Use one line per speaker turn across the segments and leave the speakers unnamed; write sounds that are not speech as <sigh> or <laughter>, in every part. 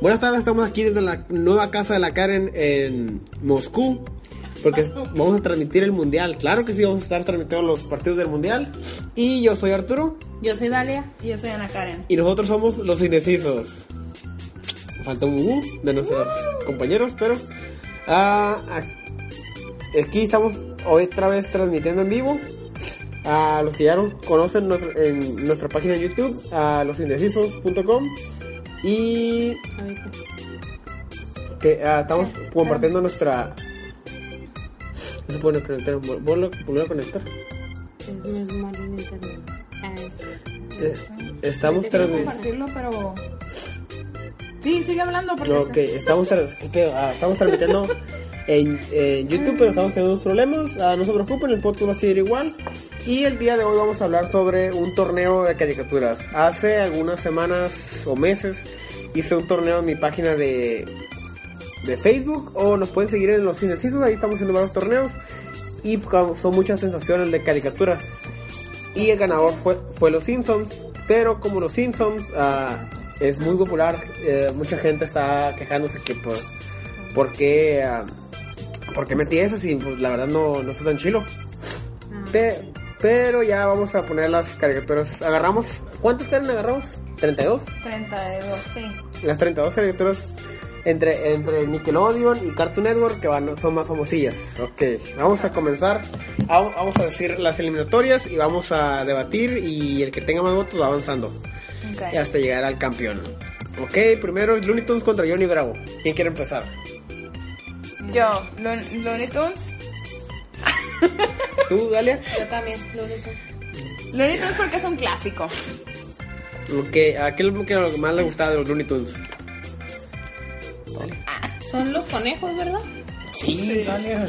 Buenas tardes, estamos aquí desde la nueva casa de la Karen en Moscú. Porque vamos a transmitir el mundial. Claro que sí, vamos a estar transmitiendo los partidos del mundial. Y yo soy Arturo.
Yo soy Dalia. Y yo soy Ana Karen.
Y nosotros somos los indecisos. Falta un uh de nuestros compañeros, pero. ah, ac- aquí estamos hoy otra vez transmitiendo en vivo. A los que ya nos conocen nuestro- en nuestra página de YouTube, a losindecisos.com. Y que ah, estamos compartiendo nuestra. No se puede conectar. ¿Vuelvo vuelvo a conectar?
Es normal en internet. Ah, es-
Eh, estamos
Quiero
transmitiendo.
compartirlo, pero. Sí, sigue hablando porque.
Ok, estamos, tra- ¿qué pedo? Ah, estamos transmitiendo en, en YouTube, pero estamos teniendo unos problemas. Ah, no se preocupen, el podcast va a seguir igual. Y el día de hoy vamos a hablar sobre un torneo de caricaturas. Hace algunas semanas o meses hice un torneo en mi página de, de Facebook o nos pueden seguir en los indecisos. Ahí estamos haciendo varios torneos y son muchas sensaciones de caricaturas. Y el ganador fue, fue Los Simpsons. Pero como Los Simpsons ah, es muy popular, eh, mucha gente está quejándose que pues, ¿por qué, ah, por qué metí eso si pues, la verdad no, no está tan chilo?
ah.
Pe- pero ya vamos a poner las caricaturas. Agarramos, ¿cuántas Karen agarramos? ¿32?
32, sí.
Las 32 caricaturas entre, entre Nickelodeon y Cartoon Network que van, son más famosillas. Ok, vamos a comenzar. Vamos vamos a decir las eliminatorias y vamos a debatir y el que tenga más votos va avanzando
Ok.
y hasta llegar al campeón. Ok, primero Looney Tunes contra Johnny Bravo. ¿Quién quiere empezar?
Yo, Lo- Looney Tunes.
¿Tú, Dalia?
Yo también, lo único.
Looney Tunes porque es un clásico.
Ok, ¿a qué es lo que lo que más le gustaba de los Looney Tunes?
Son los conejos, ¿verdad?
Sí, Dalia.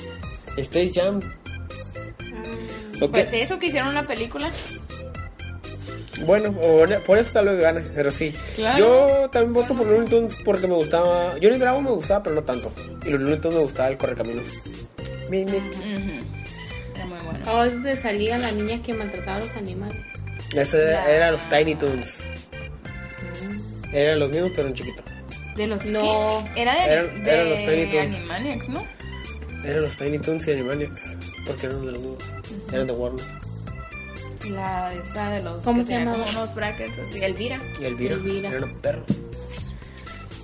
<laughs> Space Jam.
Ah.
Ok,
Pues eso que hicieron una película.
Bueno, por- por eso tal vez gane, pero sí.
Claro.
Yo también voto por Looney Tunes porque me gustaba. Johnny Bravo me gustaba, pero no tanto. Y los Looney Tunes me gustaba el Correcaminos. Mi, mi.
Ujú. Era muy bueno.
O es de salía la niña que maltrataba a los animales.
Ese
Ya.
era los Tiny Tunes.
Ah.
Eran los mismos, pero en chiquito.
De los
No.
¿qué? Era de,
Eran-
de
eran los Tiny Toons.
Animaniacs, ¿no?
Eran los Tiny Tunes y Animaniacs. Porque eran de los mismos. Eran de Warner.
La esa de los.
¿Cómo
que
se
tenía
llamaba?
como unos brackets así. Elvira.
Y Elvira.
Elvira.
Eran los perros.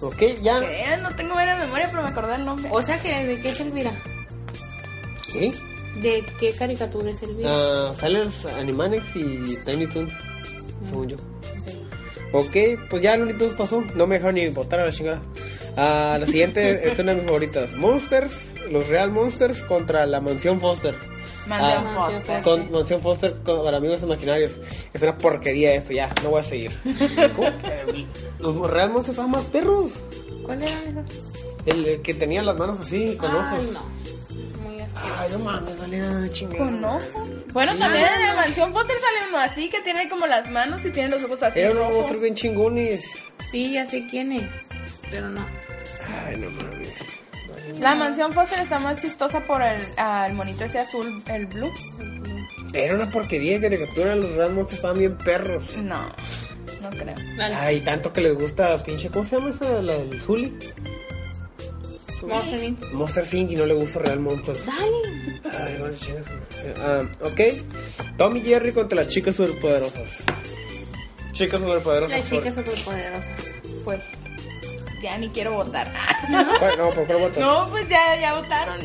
Ok, ya.
Eh, no tengo buena memoria, pero me acordé el nombre.
O sea que, ¿de qué es Elvira?
¿Qué?
¿De qué caricatura es Elvira?
Ah, salen los Animaniacs y Tiny Tunes. Según yo. Ok, pues ya Looney Tunes pasó. No me dejaron ni votar a la chingada. Ah, la siguiente es una de mis favoritas. Monsters, los Real Monsters contra la Mansión Foster.
Mansión
Ah,
Foster.
Con Mansión Foster con, para amigos imaginarios. Es una porquería esto, ya. No voy a
<laughs>
seguir. ¿Cómo que los Real Monsters son más perros.
¿Cuál era esa?
El, el que tenía las manos así, con
Ay,
ojos.
no. Muy asco.
Ay, no mames, salía chingada.
Con ojos. Bueno, también en
Ah.
la mansión Foster sale uno así que tiene como las manos y tiene los ojos así.
Eran unos
rojo.
monstruos bien chingones.
Sí, ya sé quién es. Pero no.
Ay, no mames.
La mansión Foster está más chistosa por el, ah, el monito ese azul, el blue.
Era una porquería que capturan los Real Monsters, estaban bien perros.
No, no creo.
Dale.
Ay, tanto que les gusta pinche, ¿cómo se llama esa? La del Zully.
Morphine.
Monster Inc. y no le gusta Real Monster.
Dale.
Ay, bueno, chingas. Ah, ok. Tommy Jerry contra las chicas superpoderosas. Chicas superpoderosas.
Las chicas superpoderosas.
Pues ya ni quiero votar.
¿Cuál? No, ¿por cuál voto?
No, pues ya, ya votaron.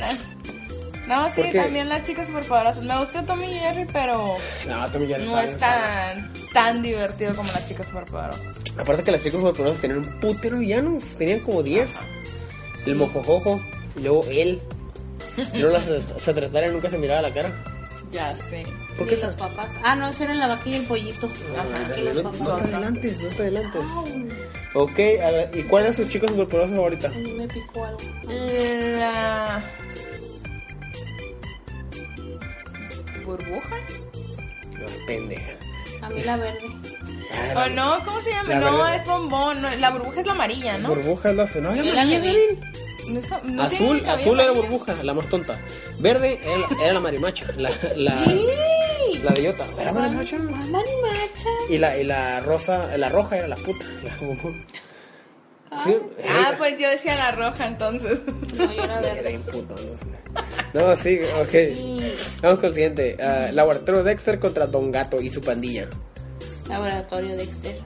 No, sí,
¿Por qué?
también las chicas superpoderosas. Me gusta Tommy y Jerry, pero
No, Tommy Jerry
no
bien
es tan, tan divertido como las chicas superpoderosas.
sabroso. Aparte que las chicas superpoderosas tenían un putero de villanos. Tenían como 10. El mojojojo. Y luego él. Y luego las se tratara y nunca se miraba la cara.
Ya sé.
¿Por
¿Por
qué
los papás? Ah, no, eso era la vaquilla y el pollito. Ajá, que los
No, no
papás.
te adelantes, no te adelantes.
Ah,
Ok, a ver, ¿y cuál es su chica superpoderosa favorita?
A mí me picó algo.
La burbuja
No, pendeja.
A mí la verde.
Ah,
o
la-
no cómo se llama
La
no
verdad-
es bombón no, la burbuja es la amarilla no,
Burbuja es la no, la
Yo
amarilla,
la vi.
No es- no tiene
Azul,
cabello
azul era
amarillo.
burbuja, la más tonta. Verde era la, era la marimacha, la, la, la bellota. Era marimacha.
Marimacha.
<laughs> Y la, y la rosa, la roja era la puta. la- Sí,
Ah,
eh,
pues yo decía la roja entonces. <laughs>
No, yo era
era
verde.
bien puto, No, No, sí, ok.
Y
Vamos con el siguiente. Ah, laboratorio Dexter contra Don Gato y su pandilla.
laboratorio Dexter.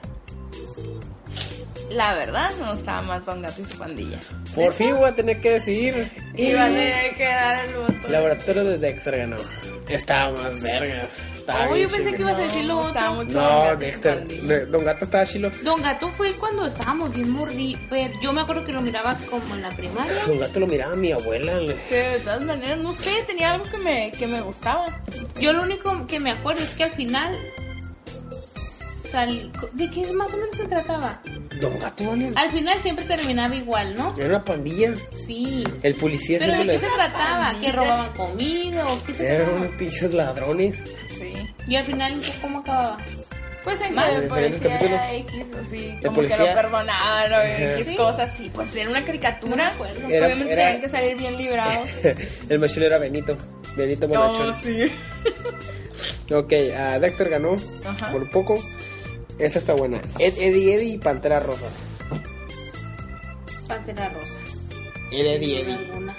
La verdad, no estaba más Don Gato y su pandilla.
Por fin voy a tener que decidir.
Y van a quedar el voto.
Laboratorio de Dexter ganó. Estaba más vergas. Estaba
Oh,
bien
yo pensé
chingón.
que ibas a decir lo
No, estaba
otro.
mucho Don
No,
Gato y su
Dexter.
pandilla.
de- Don Gato estaba chilo.
Don Gato fue cuando estábamos bien morri. pero Yo me acuerdo que lo miraba como en la primaria.
Don Gato lo miraba a mi abuela. le-
Que de todas maneras, no sé, tenía algo que me, que me gustaba.
Yo lo único que me acuerdo es que al final salí. ¿De qué es más o menos se trataba?
Don Gato, vale.
Al final siempre terminaba igual, ¿no?
Era una pandilla.
Sí.
El policía
Pero ¿de
siempre
qué
le-
se trataba? ¿Que robaban comida o qué se
Eran
trataba?
unos pinches ladrones. <laughs>
Sí.
Y al final, ¿qué- ¿cómo acababa?
Pues en
Más.
que el
Diferentes
policía era
capítulos.
X, así,
El
como que
policía-
lo perdonaban o X
Ajá.
cosas, sí, pues era una
No me
caricatura.
acuerdo.
Era-
Obviamente
era-
tenían que salir bien
<laughs>
librados.
el machilero era Benito. Benito Bonachón.
No, sí.
Ok, ah, Dexter ganó
Ajá.
por poco. Esta está buena. Ed, Eddie, Eddie y Pantera Rosa.
Pantera rosa.
Ed, Eddie,
Sin
Eddie.
alguna.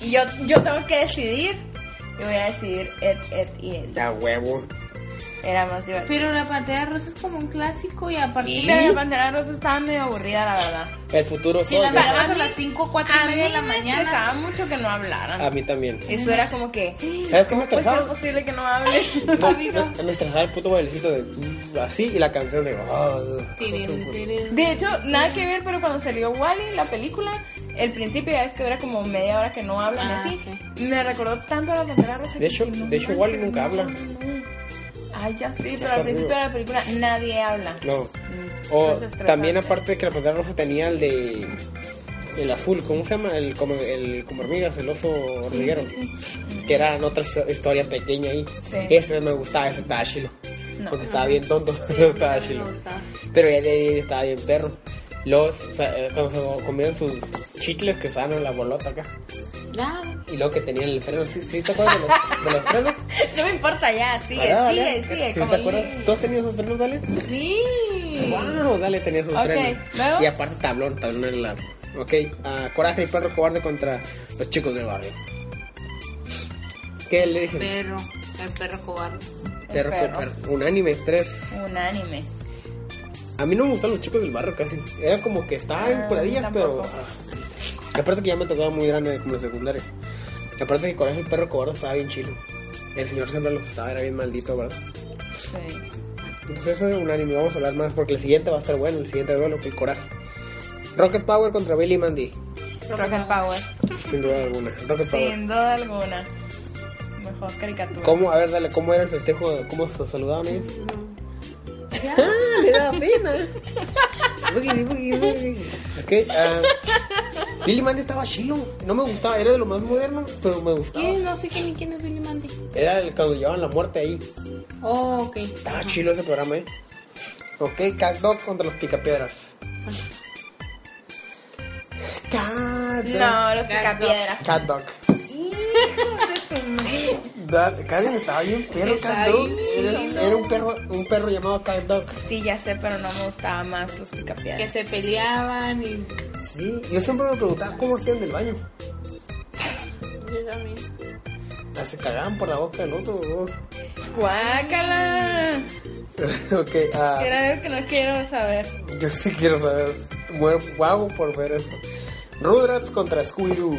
Y yo, yo tengo que decidir. Yo voy a decidir Ed, Ed y Ed.
A huevo.
Era más divertido.
Pero la pantera rosa es como un clásico y aparte.
Sí.
Pero la pantera rosa estaba medio aburrida, la verdad.
El futuro
Si la
Sol, ¿verdad?
mirabas
A
a
mí-
las 5, 4
A
y
mí
media de la
me
mañana.
estresaba mucho que no hablaran.
A mí también.
Eso era como que. "Pues,
¿Sabes qué me
¿Cómo puede
estresaba?
ser posible que
<laughs>
no hable?
No,
A mí no.
me, me estresaba el puto bailecito de mm, así y la canción de. ah,
Tirin, tirin.
De hecho, nada que ver, pero cuando salió Wally, la película, el principio ya es que era como media hora que no hablan
Ah,
así. Me recordó tanto a la pantera rosa.
De
que
hecho-
dije,
de hecho,
manches,
Wall-E nunca habla.
no. Ay, ya sí, pero
Está
al principio
horrible.
de la película nadie habla.
ah". No.
Mm,
O
eso es estresante.
también, aparte de que la Pantera Rosa tenía el de. El azul, ¿cómo se llama? El como, el como hormigas, el oso hormiguero. Que era otra histo- historia pequeña ahí.
Sí.
Ese me gustaba, ese estaba chilo.
No.
Porque estaba bien tonto. <laughs>
Sí,
no estaba
sí,
chilo.
me gustaba.
Pero ya de ahí estaba bien perro. Luego, o sea, eh, cuando se comieron sus chicles que estaban en la bolota acá.
Claro.
Y luego que tenían el freno. ¿Sí, sí te acuerdas de los, de los frenos?
No me importa ya, <laughs> sigue,
¿Verdad,
sigue,
Dale?
sigue.
¿Sí
como
¿Te acuerdas? ¿Tú has tenido esos frenos, Dale?
Sí.
Wow, Dale tenía esos
Ok,
frenos.
¿luego?
Y aparte tablón, tablón era largo. Ok, ah, Coraje y Perro Cobarde contra los chicos del barrio. ¿Qué le dije?
Perro. El perro cobarde.
Perro,
perro.
Cobarde. Unánime, tres.
Un anime.
A mí no me gustan los chicos del barrio casi. Era como que estaban
Ah,
curadillas, pero.
tampoco.
ah. Aparte que ya me tocaba muy grande como la secundaria. Y aparte que Coraje el perro cobarde estaba bien chilo. El señor siempre lo gustaba, era bien maldito, ¿verdad?
Sí.
Entonces Pues eso es unánime, vamos a hablar más porque el siguiente va a estar bueno, el siguiente duelo que el coraje. Rocket Power contra Billy y Mandy,
Rocket Power.
sin duda alguna. Rocket Power.
Sin duda alguna. Mejor caricatura.
¿Cómo? A ver, dale, ¿cómo era el festejo? ¿Cómo se saludaban ellos?
Ya.
¡Ah! <laughs> Le da pena. Boogie, boogie, boogie. Ok, ah, Billy Mandy estaba chilo. No me gustaba, era de lo más moderno, pero me gustaba.
¿Quién? No sé quién, ni quién es Billy Mandy.
Era el cuando llevaban la muerte ahí.
Oh, ok.
Estaba chilo ese programa, eh. Ok, Cat Dog contra los Picapiedras. Cat Dog.
No, los picapiedras.
Cat Dog. Da- Karen estaba bien perro, Cat Dog. Era, era un perro, un perro llamado Cat Dog.
Sí, ya sé, pero no me gustaba más los
Que
picapiedras.
se peleaban y.
Sí, yo siempre me preguntaba cómo hacían del baño.
Yo también.
Ah, Se cagaban por la boca del otro. ¿no? <laughs>
¡Guácala!
ok, ah,
Era algo que no quiero saber.
yo sí quiero saber. Bueno, Guau por ver eso. Rudrats contra Scooby-Doo.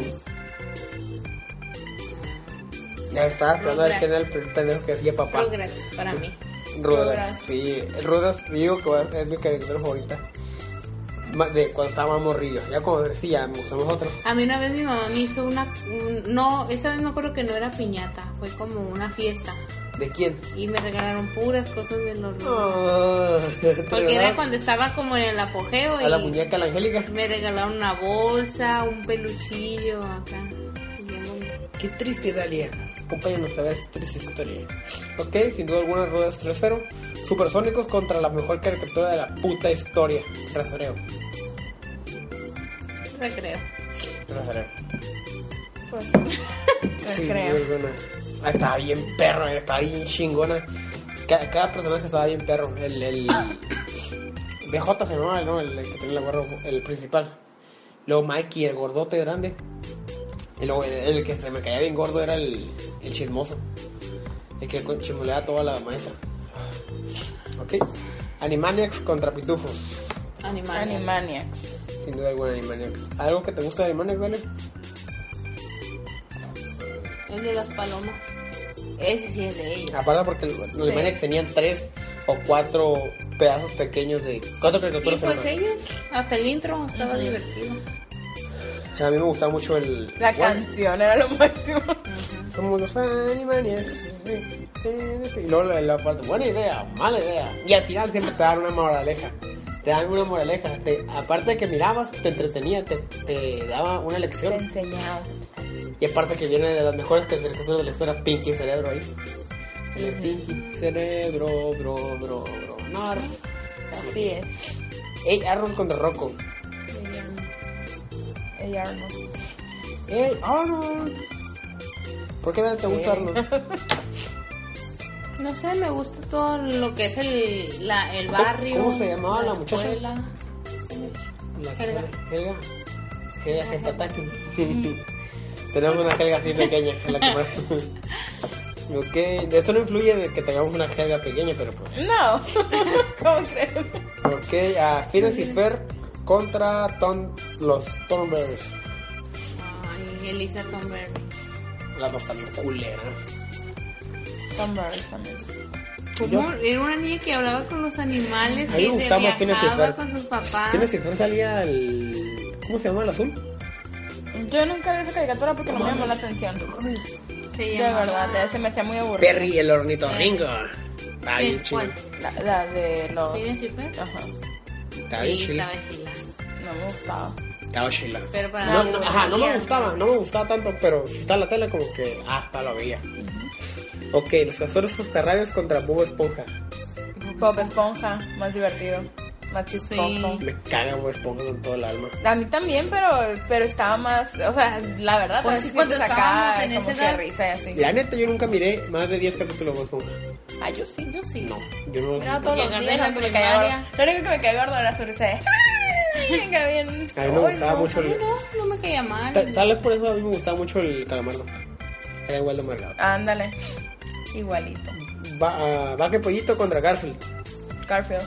Ya estaba esperando a ver
Rugrats.
quién era el primer pendejo que hacía papá.
Progress para mí.
Rudas,
Rugrats.
sí. Rudas, digo que va- es mi caricatura favorita. Ma- De cuando estaba más morrillo. Ya cuando decía, me gustan los otros.
A mí una vez mi mamá me hizo una... un- no, esa vez me acuerdo que no era piñata, fue como una fiesta.
¿De quién?
Y me regalaron puras cosas de los...
Ah,
Oh.
Porque era cuando estaba como en el apogeo y
A la muñeca, la Angélica.
me regalaron una bolsa, un peluchillo acá. Bien bonito.
Qué triste, Dalia. Acompáñanos a ver esta triste historia. Ok, sin duda alguna, Rudas 3-0. Supersónicos contra la mejor caricatura de la puta historia. Rastreo.
Recreo.
Rastreo. <laughs>
Pues,
Sí,
creo.
muy buena. Ah, Estaba bien perro, eh, estaba bien chingona. Ca- Cada, personaje estaba bien perro. El, el BJ se llamaba, ¿no? El, el que tenía el gorro, el principal. Luego Mikey, el gordote grande. Y luego el, el que se me caía bien gordo era el, el chismoso. El que con- chismoleaba a toda la maestra. Ok. Animaniacs contra pitufos.
Animal.
Animaniacs.
Sin duda alguna Animaniacs. ¿Algo que te gusta de Animaniacs, Dale?
El de las palomas. Ese sí es de ella.
Aparte porque los Animaniacs tenían tres o cuatro pedazos pequeños de... Cuatro
Y
caricaturas.
pues
animadas.
ellos, hasta el intro estaba
Ujú.
divertido.
A mí me gustaba mucho el...
La
Bueno,
canción era lo máximo.
Somos los Animaniacs. Y luego la, la parte, buena idea, mala idea. Y al final siempre te dan una moraleja. Te dan una moraleja. Te- aparte de que mirabas, te entretenía, te, te daba una
Te
lección.
enseñaba.
Y aparte que viene de las mejores caricaturas de la historia, Pinky Cerebro ahí. El Pinky Cerebro, bro, bro, bro. No, Ar-
Así es.
Ey, Arnold contra Rocco.
Ey Arnold.
Ey, Arnold. ¿Por qué no te gusta
Ey.
Arnold?
No sé, me gusta todo lo que es el, la, el
¿Cómo-
barrio.
cómo se llamaba la muchacha?
escuela.
La
Helga.
Helga. Helga Jepataki. Tenemos una Helga así pequeña en la cámara. ok, esto no influye en que tengamos una Helga pequeña, pero pues.
No. <laughs> ¿Cómo crees?
Ok, a Phineas y Fer contra Tom- los Thornberries.
Ay, Elisa Tomberry.
Las dos también culeras.
Tom Burns también.
¿Cómo? Era una niña que hablaba con los animales,
A mí me
que se
gustaba más Phineas y
viajaba
Ferb.
con sus papás.
Phineas y Fer salía el. ¿Cómo se llama el azul?
Yo nunca vi esa caricatura porque no me llamó la atención.
Se
De
llamaba-
verdad, eh, se me hacía muy aburrida.
Perry el ornitorrinco. Está
¿Qué?
bien chido.
¿Cuál?
La, la de los.
Phineas y Ferb.
Ajá.
Está bien
Sí,
chido.
estaba chila.
No me gustaba.
Estaba chila.
Pero para
No,
la
no, ajá, no me
aburrida.
gustaba, no me gustaba tanto, pero si está en la tele como que hasta lo veía. Ok, los castores subterráneos contra Bob Esponja.
Bob Esponja, más divertido. Más chistoso.
Me caga Bob Esponja con todo el alma.
A mí también, pero, pero estaba más. O sea, la verdad,
Pues
a veces
sí, cuando
sientes acá
estábamos en
como
esa
que
edad.
risa y así.
La neta, yo nunca miré más de 10 capítulos de Bob Esponja.
Ah, yo sí.
Yo sí.
No, yo no
Miraba todos los
Llegar de
días,
la
lo que me caía gordo.
primaria.
Lo único que me caía gordo era su risa de. "Ay, venga, bien".
A mí me
Ay,
gustaba
no.
mucho
Ay,
el.
No, no me caía mal.
ta- Tal vez por eso a mí me gustaba mucho el calamardo. Era igual de amargado.
Ándale. Igualito.
Va, ah, Vaca y Pollito contra Garfield.
Garfield.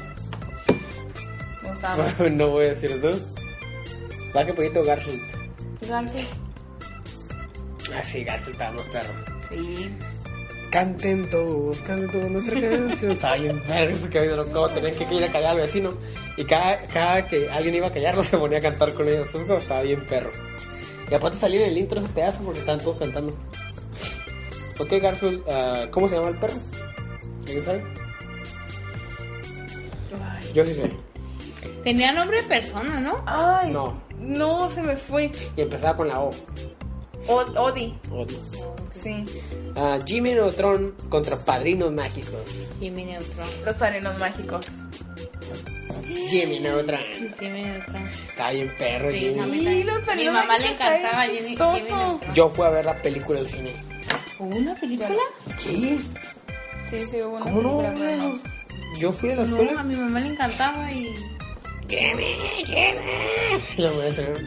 Me gustaba
<laughs>
más.
no voy a decir tú. Vaca y Pollito Garfield.
Garfield.
Ah, sí, Garfield estaba más perro.
Sí.
Canten todos, canten todos nuestra canción. Estaba bien verga ese cabello, loco. Como tenías que ir a callar al vecino. Y cada, cada que alguien iba a callarlo, se ponía a cantar con ellos. Fue como Estaba bien perro. Y aparte salía en el intro ese pedazo porque estaban todos cantando. Ok, Garfield, ah, ¿cómo se llama el perro? ¿Alguien sabe? Yo sí sé.
Tenía nombre de persona, ¿no?
Ay.
No.
No, se me fue.
Y empezaba con la O.
Od- Odi.
Odio.
Sí.
Ah, Jimmy Neutron contra Padrinos Mágicos.
Jimmy Neutron.
Los padrinos mágicos.
Jimmy Neutron.
Jimmy Neutron.
Está bien perro,
Sí,
Jimmy.
a mí
Sí,
también.
los
Mi
Padrinos
mamá le
Mágicos está bien
encantaba Jimmy, Jimmy
chistoso.
Neutron.
Yo fui a ver la película al cine.
¿Hubo una película?
¿Qué?
Sí, sí, hubo una
¿Cómo no?
película, pero no.
Yo fui a la
No, a
escuela.
mi mamá le encantaba y...
<laughs> La voy a hacer.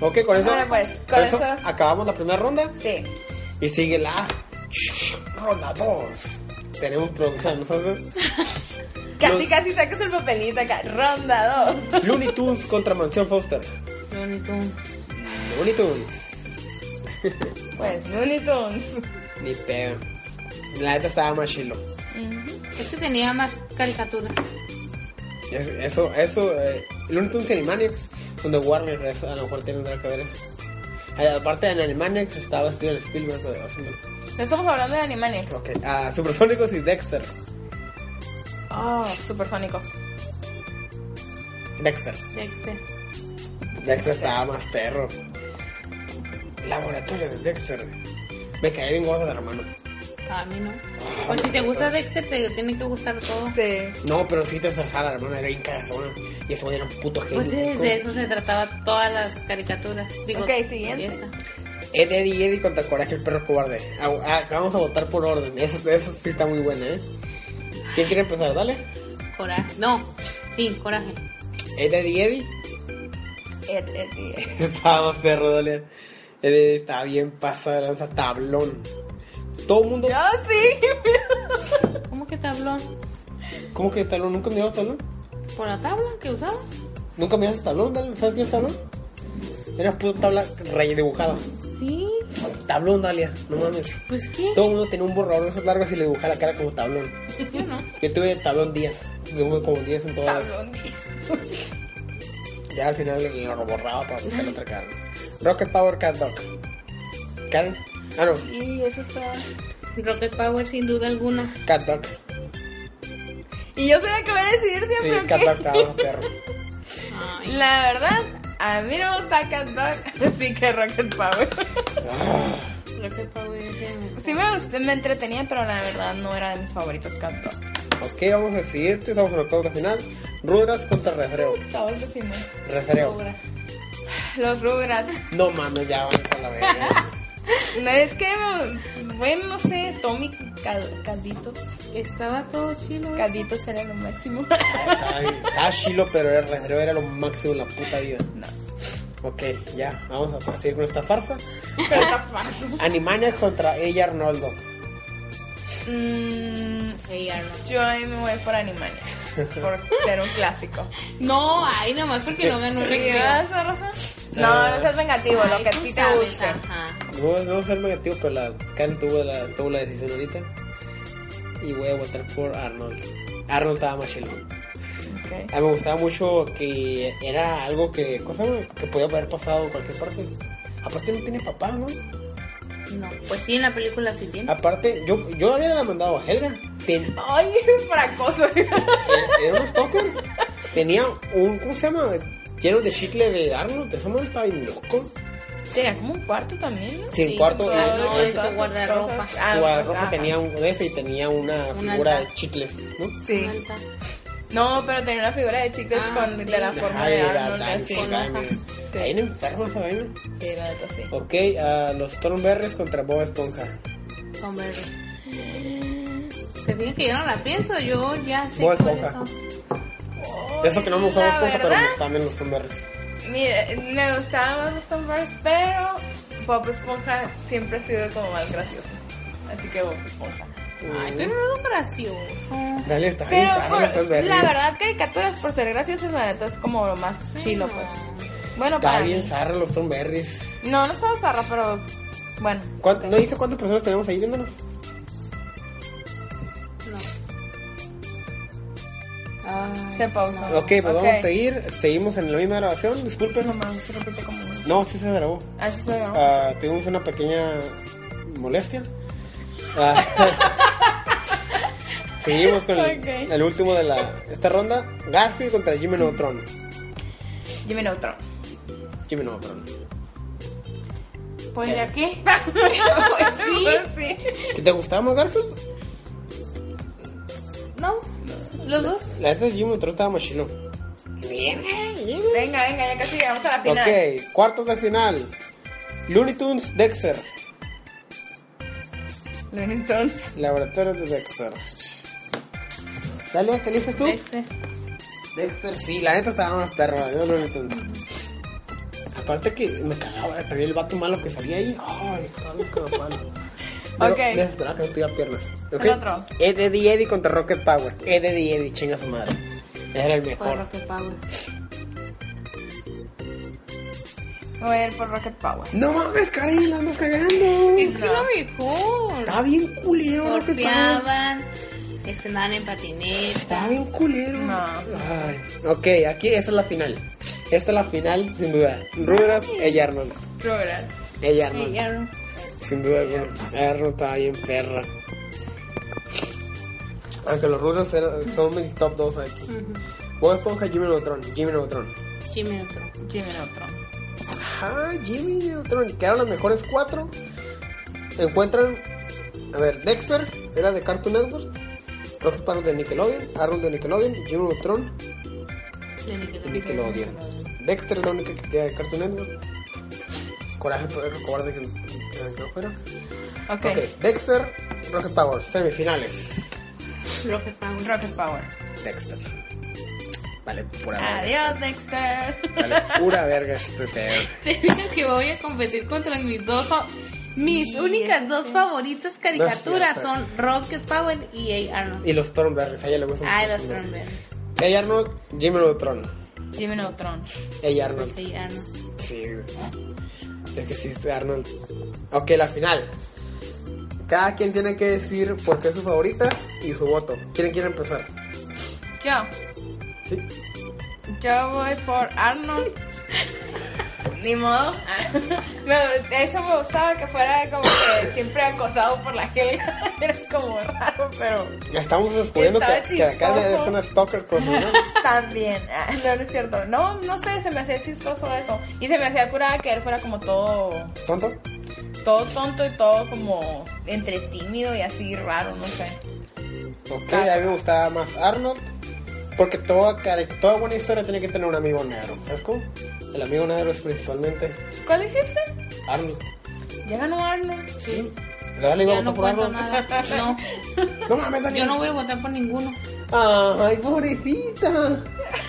Ok, con eso,
Bueno, pues,
con
con
eso
eso-
acabamos la primera ronda
Sí.
y sigue la ronda 2. Tenemos producción nosotros.
Casi,
Los-
casi sacas el papelito acá. Ronda 2.
Looney Tunes contra Mansión Foster.
Looney Tunes.
Looney Tunes.
Pues, Looney Tunes.
Ni peor. La neta estaba más chilo.
Ujú.
Es que Este tenía más caricaturas.
Es- Eso, eso, eh, Looney Tunes y Animaniacs, donde Warner eso, a lo mejor tiene nada que ver eso. Ay, Aparte en Animaniacs estaba Steven Spielberg eh, haciéndolo.
No estamos hablando de animales.
Ok, ah, Supersónicos y Dexter.
Oh, supersónicos.
Dexter.
Dexter.
Dexter estaba más perro. Laboratorio de Dexter. Me caí bien gordo de la mano.
A mí no. Pues si te gusta Dexter, te tiene que gustar todo.
Sí.
No, pero sí te zafaba la hermana, era bien cagazona. Y ese güey era un puto genio.
Pues sí, de eso se trataba todas las caricaturas. Digo,
Ok, siguiente.
esa.
Ed, Ed y Eddie contra Coraje el perro cobarde. Ah, ah, Vamos a votar por orden. Eso, eso sí está muy buena, ¿eh? ¿Quién quiere empezar? Dale.
Coraje. No, sí, coraje.
¿Es de Eddie? <laughs>
Ed, Ed, Ed.
Estaba perro, Dolian. Eddie Estaba bien pasada de lanza, tablón. Todo el mundo.
Yo Ah, sí.
¿Cómo que tablón?
¿Cómo que tablón? ¿Nunca mirado tablón?
¿Por la tabla que usaba?
¿Nunca miraste tablón? Dale, ¿Sabes qué es tablón? Era puta tabla redibujada.
Sí.
Tablón, Dalia, no mames.
Pues qué.
Todo el mundo tenía un borrador de esos largos y le dibujaba la cara como tablón.
Yo no.
Yo tuve tablón 10. Tuve como 10 en todas. las-
Tablón.
Ya al final lo borraba para buscar otra cara. Rocket Power Cat Dog. Karen. Ah, no.
Y eso está.
Rocket Power sin duda alguna.
Cat Dog.
Y yo soy la que voy a decidir
Sí,
siempre. ¿o
Cat
qué?
Dog estaba más perro.
Ay.
La verdad, a mí no me gusta Cat Dog, <laughs> así que Rocket Power.
Ah,
Rocket Power es el mejor.
Pues Sí me gustó, me entretenía, pero la verdad no era de mis favoritos Cat Dog.
ok, vamos al siguiente. Estamos en el cuarto final. Rudras contra Refreo.
Estaba el final.
Refreo.
Ahora.
Los Rugrats.
No mames, ya vamos a la verga.
No es que, me- bueno, no sé, Tommy Cal- Calditos.
Estaba todo chilo. ¿eh?
Calditos era lo
<laughs>
máximo.
Estaba bien. Estaba chilo, pero el Refreo era lo máximo en la puta vida.
No.
Ok, ya. Vamos a seguir con esta farsa.
Pero está fácil.
Animaniacs contra ella Arnoldo.
Mm,
Ey, Arnold.
yo ahí me voy por
<laughs>
Animaniacs. Por ser un clásico.
No, ay, nomás porque no ganó
¿Y
Recreo.
vas, Rosa? No, no seas vengativo, lo
Ay,
que a
tú
ti te
sabes, ah.
guste.
ajá.
No, no voy a ser negativo, pero la Karen tuvo la, tuvo la decisión ahorita. Y voy a votar por Arnold. Arnold estaba más chido.
Ok.
A mí me gustaba mucho que era algo que, cosa que podía haber pasado en cualquier parte. Aparte no tiene papá, ¿no?
No, pues sí, en la película sí tiene.
Aparte, yo, yo había la mandado a Helga. Ten-
Ay, <laughs> fracoso.
Eh, era un stalker. Tenía un, ¿cómo se llama? Lleno de chicle de Arnold. Eso no estaba bien loco.
Tenía como un cuarto también, ¿no?
Sí, en
Sí,
cuarto. eh,
no,
y-
no,
y-
en su guardarropa.
Ah,
su
pues,
guardarropa
ajá.
tenía un de este y tenía una
Un
figura de
altar.
chicles, ¿no?
Sí.
Malta.
No, pero tenía una figura de chicles
Ah,
con, de
sí.
la forma
Ay,
de
era
Arnold.
tan
así.
con
chica,
hojas.
mira. Está bien enferma esa vaina.
Sí, la neta sí.
Ok, a los Stormberries contra Bob Esponja.
Son verdes. Te fijas que yo no la pienso, yo ya sé
Bob
cuáles
Esponja.
son.
De eso que no me gustaba
La
Bob Esponja, pero me
verdad,
gustan bien los Stormberries.
Mire, me gustaban más los Stone Bears, pero Bob Esponja siempre ha sido como más gracioso. Así que Bob Esponja.
Ay, pero no es gracioso.
Mm. Dale, está bien,
Pero
sabe
por-
los Stormberries.
la verdad, caricaturas por ser graciosos, la neta es como lo más chilo,
No.
pues. Bueno,
Está
para
bien,
mí.
zarra los Stormberries.
No, no estamos zarra, pero bueno.
¿Cuánto- ¿No dice cuántas personas tenemos ahí viéndonos?
No. Ay,
Se pausa.
Ok, pues vamos a seguir. Seguimos en la misma grabación, disculpen.
No mames, se repite como.
No, sí se grabó.
Así se llama.
Ah, tuvimos una pequeña molestia. Ah, <laughs> seguimos con el,
Ok.
el último de la, esta ronda. Garfield contra Jimmy Neutron.
Jimmy Neutron.
Jimmy Neutron.
Pues ya
<laughs>
qué.
Pues sí.
¿Qué ¿Te gustaba más Garfield?
No, los dos.
La neta de Jimmy Neutron estaba más chilo.
Venga, venga, ya casi llegamos a la final.
Ok, cuartos de final. Looney Tunes Dexter.
Entonces,
Laboratorios de Dexter. Dalia, ¿qué eliges tú?
Este.
Dexter, sí, la neta estaba más perro, yo no lo entendí. Aparte que me cagaba también el vato malo que salía ahí. Ay, estaba bien cagapalo. Pero
Ok.
Me esperaba que no tuviera piernas. ¿ok?
El otro.
Ed, Eddie, Eddie contra Rocket Power. Ed, Eddie, Eddie, chinga su madre. Era el
Pues
mejor.
Rocket Power.
voy a ir por Rocket Power.
No mames, Karim, la andas cagando.
Es que lo mejor.
Está bien culero Rocket Power.
Surfeaban, este, andaban en patineta.
Está bien culero.
No.
Ay, ok, aquí esa es la final. Esta es la final, sin duda. Rudras, ella Arnold.
Rugrats.
Ella
Sí,
Arnold.
ya no.
Sin duda alguna. Erno estaba bien perra. Aunque los rusos eran- son mis top 2 aquí.
Ujú.
Voy a esponja Jimmy Neutron. Jimmy Neutron.
Jimmy otro.
Jimmy Neutron.
Ajá, Jimmy Neutron. Y quedaron las mejores cuatro. Encuentran. A ver, Dexter era de Cartoon Network. Rocket Power de Nickelodeon. Arnold de Nickelodeon. Y Jimmy Neutron
De
de
Nickelodeon.
Nickelodeon. Dexter es la única que queda de Cartoon Network. Coraje, perro, cobarde que que no fuera.
Ok.
ok, Dexter, Rocket Power, semifinales.
<laughs> Rocket Power.
Rocket Power.
Dexter. Vale, pura
Ah,
verga.
Adiós, Dexter.
Vale, pura verga este tema.
Te digo que voy a competir contra mis dos fa- mis únicas dos favoritas caricaturas
No es
son Rocket Power y A. Arnold.
Y los Thornberries, a ella le gusta
Ah,
mucho.
los Thornberries.
Ella Arnold, Jimmy Neutron.
Jimmy Neutron.
Ella Arnold.
Sí, Arnold.
Sí, güey. Es que sí, este Arnold. Ok, la final. Cada quien tiene que decir por qué es su favorita y su voto. ¿Quién quiere empezar?
Yo.
Sí.
Yo voy por Arnold. <laughs> Ni <laughs> modo. Ah, me- eso me gustaba que fuera como que siempre acosado por la Helga. <laughs> Era como raro, pero
Ya estamos descubriendo
Está
que, que la carne
chistoso.
es una stalker pues,
<laughs>
profesional.
también. Ah, No, no es cierto. No, no sé, se me hacía chistoso eso. Y se me hacía curada que él fuera como todo,
¿Tonto?
todo tonto y todo como entre tímido y así raro, no sé.
Ok, a mí me gustaba más Arnold. Porque toda, cari- toda buena historia tiene que tener un amigo negro. ¿Sabes cómo? El amigo negro es principalmente
¿Cuál dijiste?
Arnold.
Ya ganó Arnold.
Sí.
Dale, iba a
Ya
votar
no
por
cuento
Arnold.
nada. No,
No mames, <laughs> dale.
yo no voy a votar por ninguno.
Ay, pobrecita.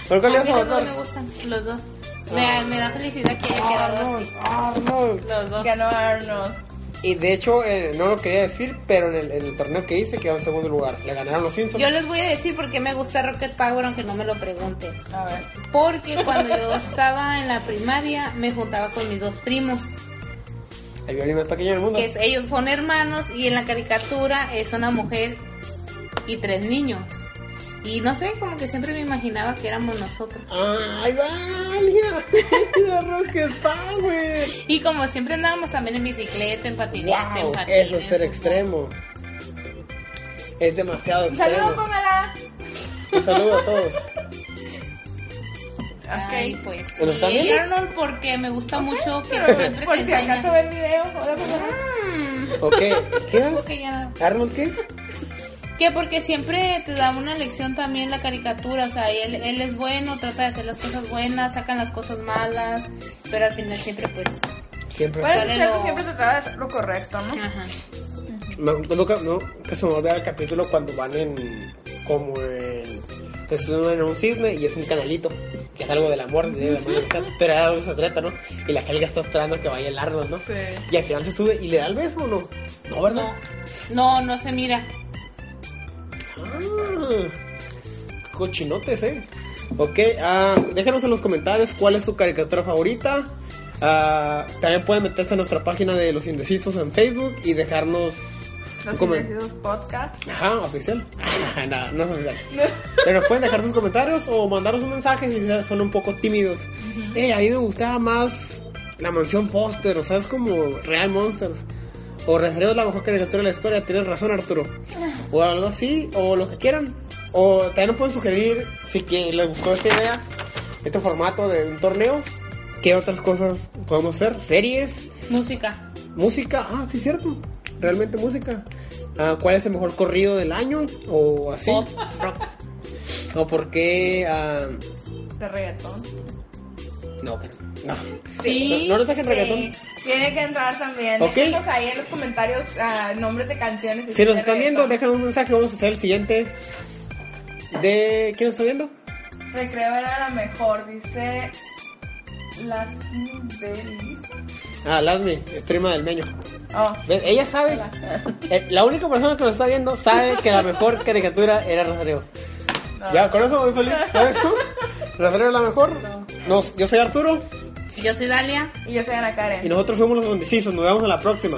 ¿Por
A
cuál le
mí
vas a
los dos
votar?
me gustan, los dos.
Ah.
Me, me da felicidad que haya quedado así.
Arnold, Arnold.
Los dos.
Ganó Arnold.
Y de hecho, eh, no lo quería decir, pero en el, en el torneo que hice quedó en segundo lugar. Le ganaron los Simpsons.
Yo les voy a decir por qué me gusta Rocket Power, aunque no me lo pregunten.
A ver.
Porque
<laughs>
cuando yo estaba en la primaria, me juntaba con mis dos primos.
El violín más pequeño del mundo.
que es- ellos son hermanos y en la caricatura es una mujer y tres niños. Y no sé, como que siempre me imaginaba que éramos nosotros.
¡Ay, <laughs> Dalia! ¡Rocket Power!
Y como siempre andábamos también en bicicleta, en patineta,
¡Wow!
en patín,
Eso es ser
en
extremo.
fútbol.
Es demasiado
Saludos,
extremo.
Pamela.
Un saludo a todos.
Ay,
Ok.
pues.
¿Pero está
Y
bien?
Arnold porque me gusta mucho que
Pero
siempre
por
te
si
enseña.
acaso ve el video. Hola, Pamela.
Mm,
Ok, ¿qué más?
ok, ya.
¿Arnold qué?
Que porque siempre te da una lección también la caricatura, o sea, él, él es bueno, trata de hacer las cosas buenas, sacan las cosas malas, pero al final siempre pues...
Siempre.
Bueno,
Sale
es cierto,
lo- Ah.
siempre trataba de hacer lo correcto, ¿no?
Ajá.
Me, nunca, no, que se me olvida el capítulo cuando van en. como en. que se suben en un cisne y es un canalito. Que es algo del amor, de la mano, pero era algo que se trata, ¿no? Y la Helga está esperando que vaya el Arnold, ¿no?
Sí.
Y al final se sube y le da el beso, ¿o no? No, ¿verdad?
No, no se mira.
Ah, cochinotes, ¿eh? Ok, ah, déjanos en los comentarios cuál es su caricatura favorita. Ah, también pueden meterse a nuestra página de Los Indecisos en Facebook y dejarnos...
Los
Como-
indecisos podcast.
Ajá, oficial. <laughs> no, no es oficial. Pero pueden dejar sus comentarios o mandarnos un mensaje si son un poco tímidos. Eh, a mí me gustaba más la mansión Foster, o sea, es como Real Monsters. O Rastreos la mejor caricatura de la historia, tienes razón Arturo. O algo así, o lo que quieran. O también pueden sugerir, si que les gustó esta idea, este formato de un torneo, qué otras cosas podemos hacer, series,
Música.
Música, ah, sí, cierto. Realmente música. Ah, ¿Cuál es el mejor corrido del año? O así.
Pop, rock.
¿O por qué? ah,
De reggaetón.
no, pero- no.
Sí.
No, no nos dejen
Sí,
reggaetón.
tiene que entrar también.
Ok.
Déjenos ahí en los comentarios ah, nombres de canciones.
Si nos
de
están viendo,
reggaetón.
déjanos un mensaje. Vamos a hacer el siguiente. ¿De quién nos está viendo?
Recreo era la mejor, dice. Las Belisa.
Ah, Lasmi, prima del meño.
Oh,
¿Ves? Ella sabe. <laughs> Eh, La única persona que nos está viendo sabe que la mejor caricatura era Rosario.
no.
Ya, con eso muy feliz. ¿Sabes tú? Rosario es la mejor. No, yo soy Arturo.
Yo soy Dalia.
Y yo soy Ana Karen.
Y nosotros fuimos los indecisos. Nos vemos en la próxima.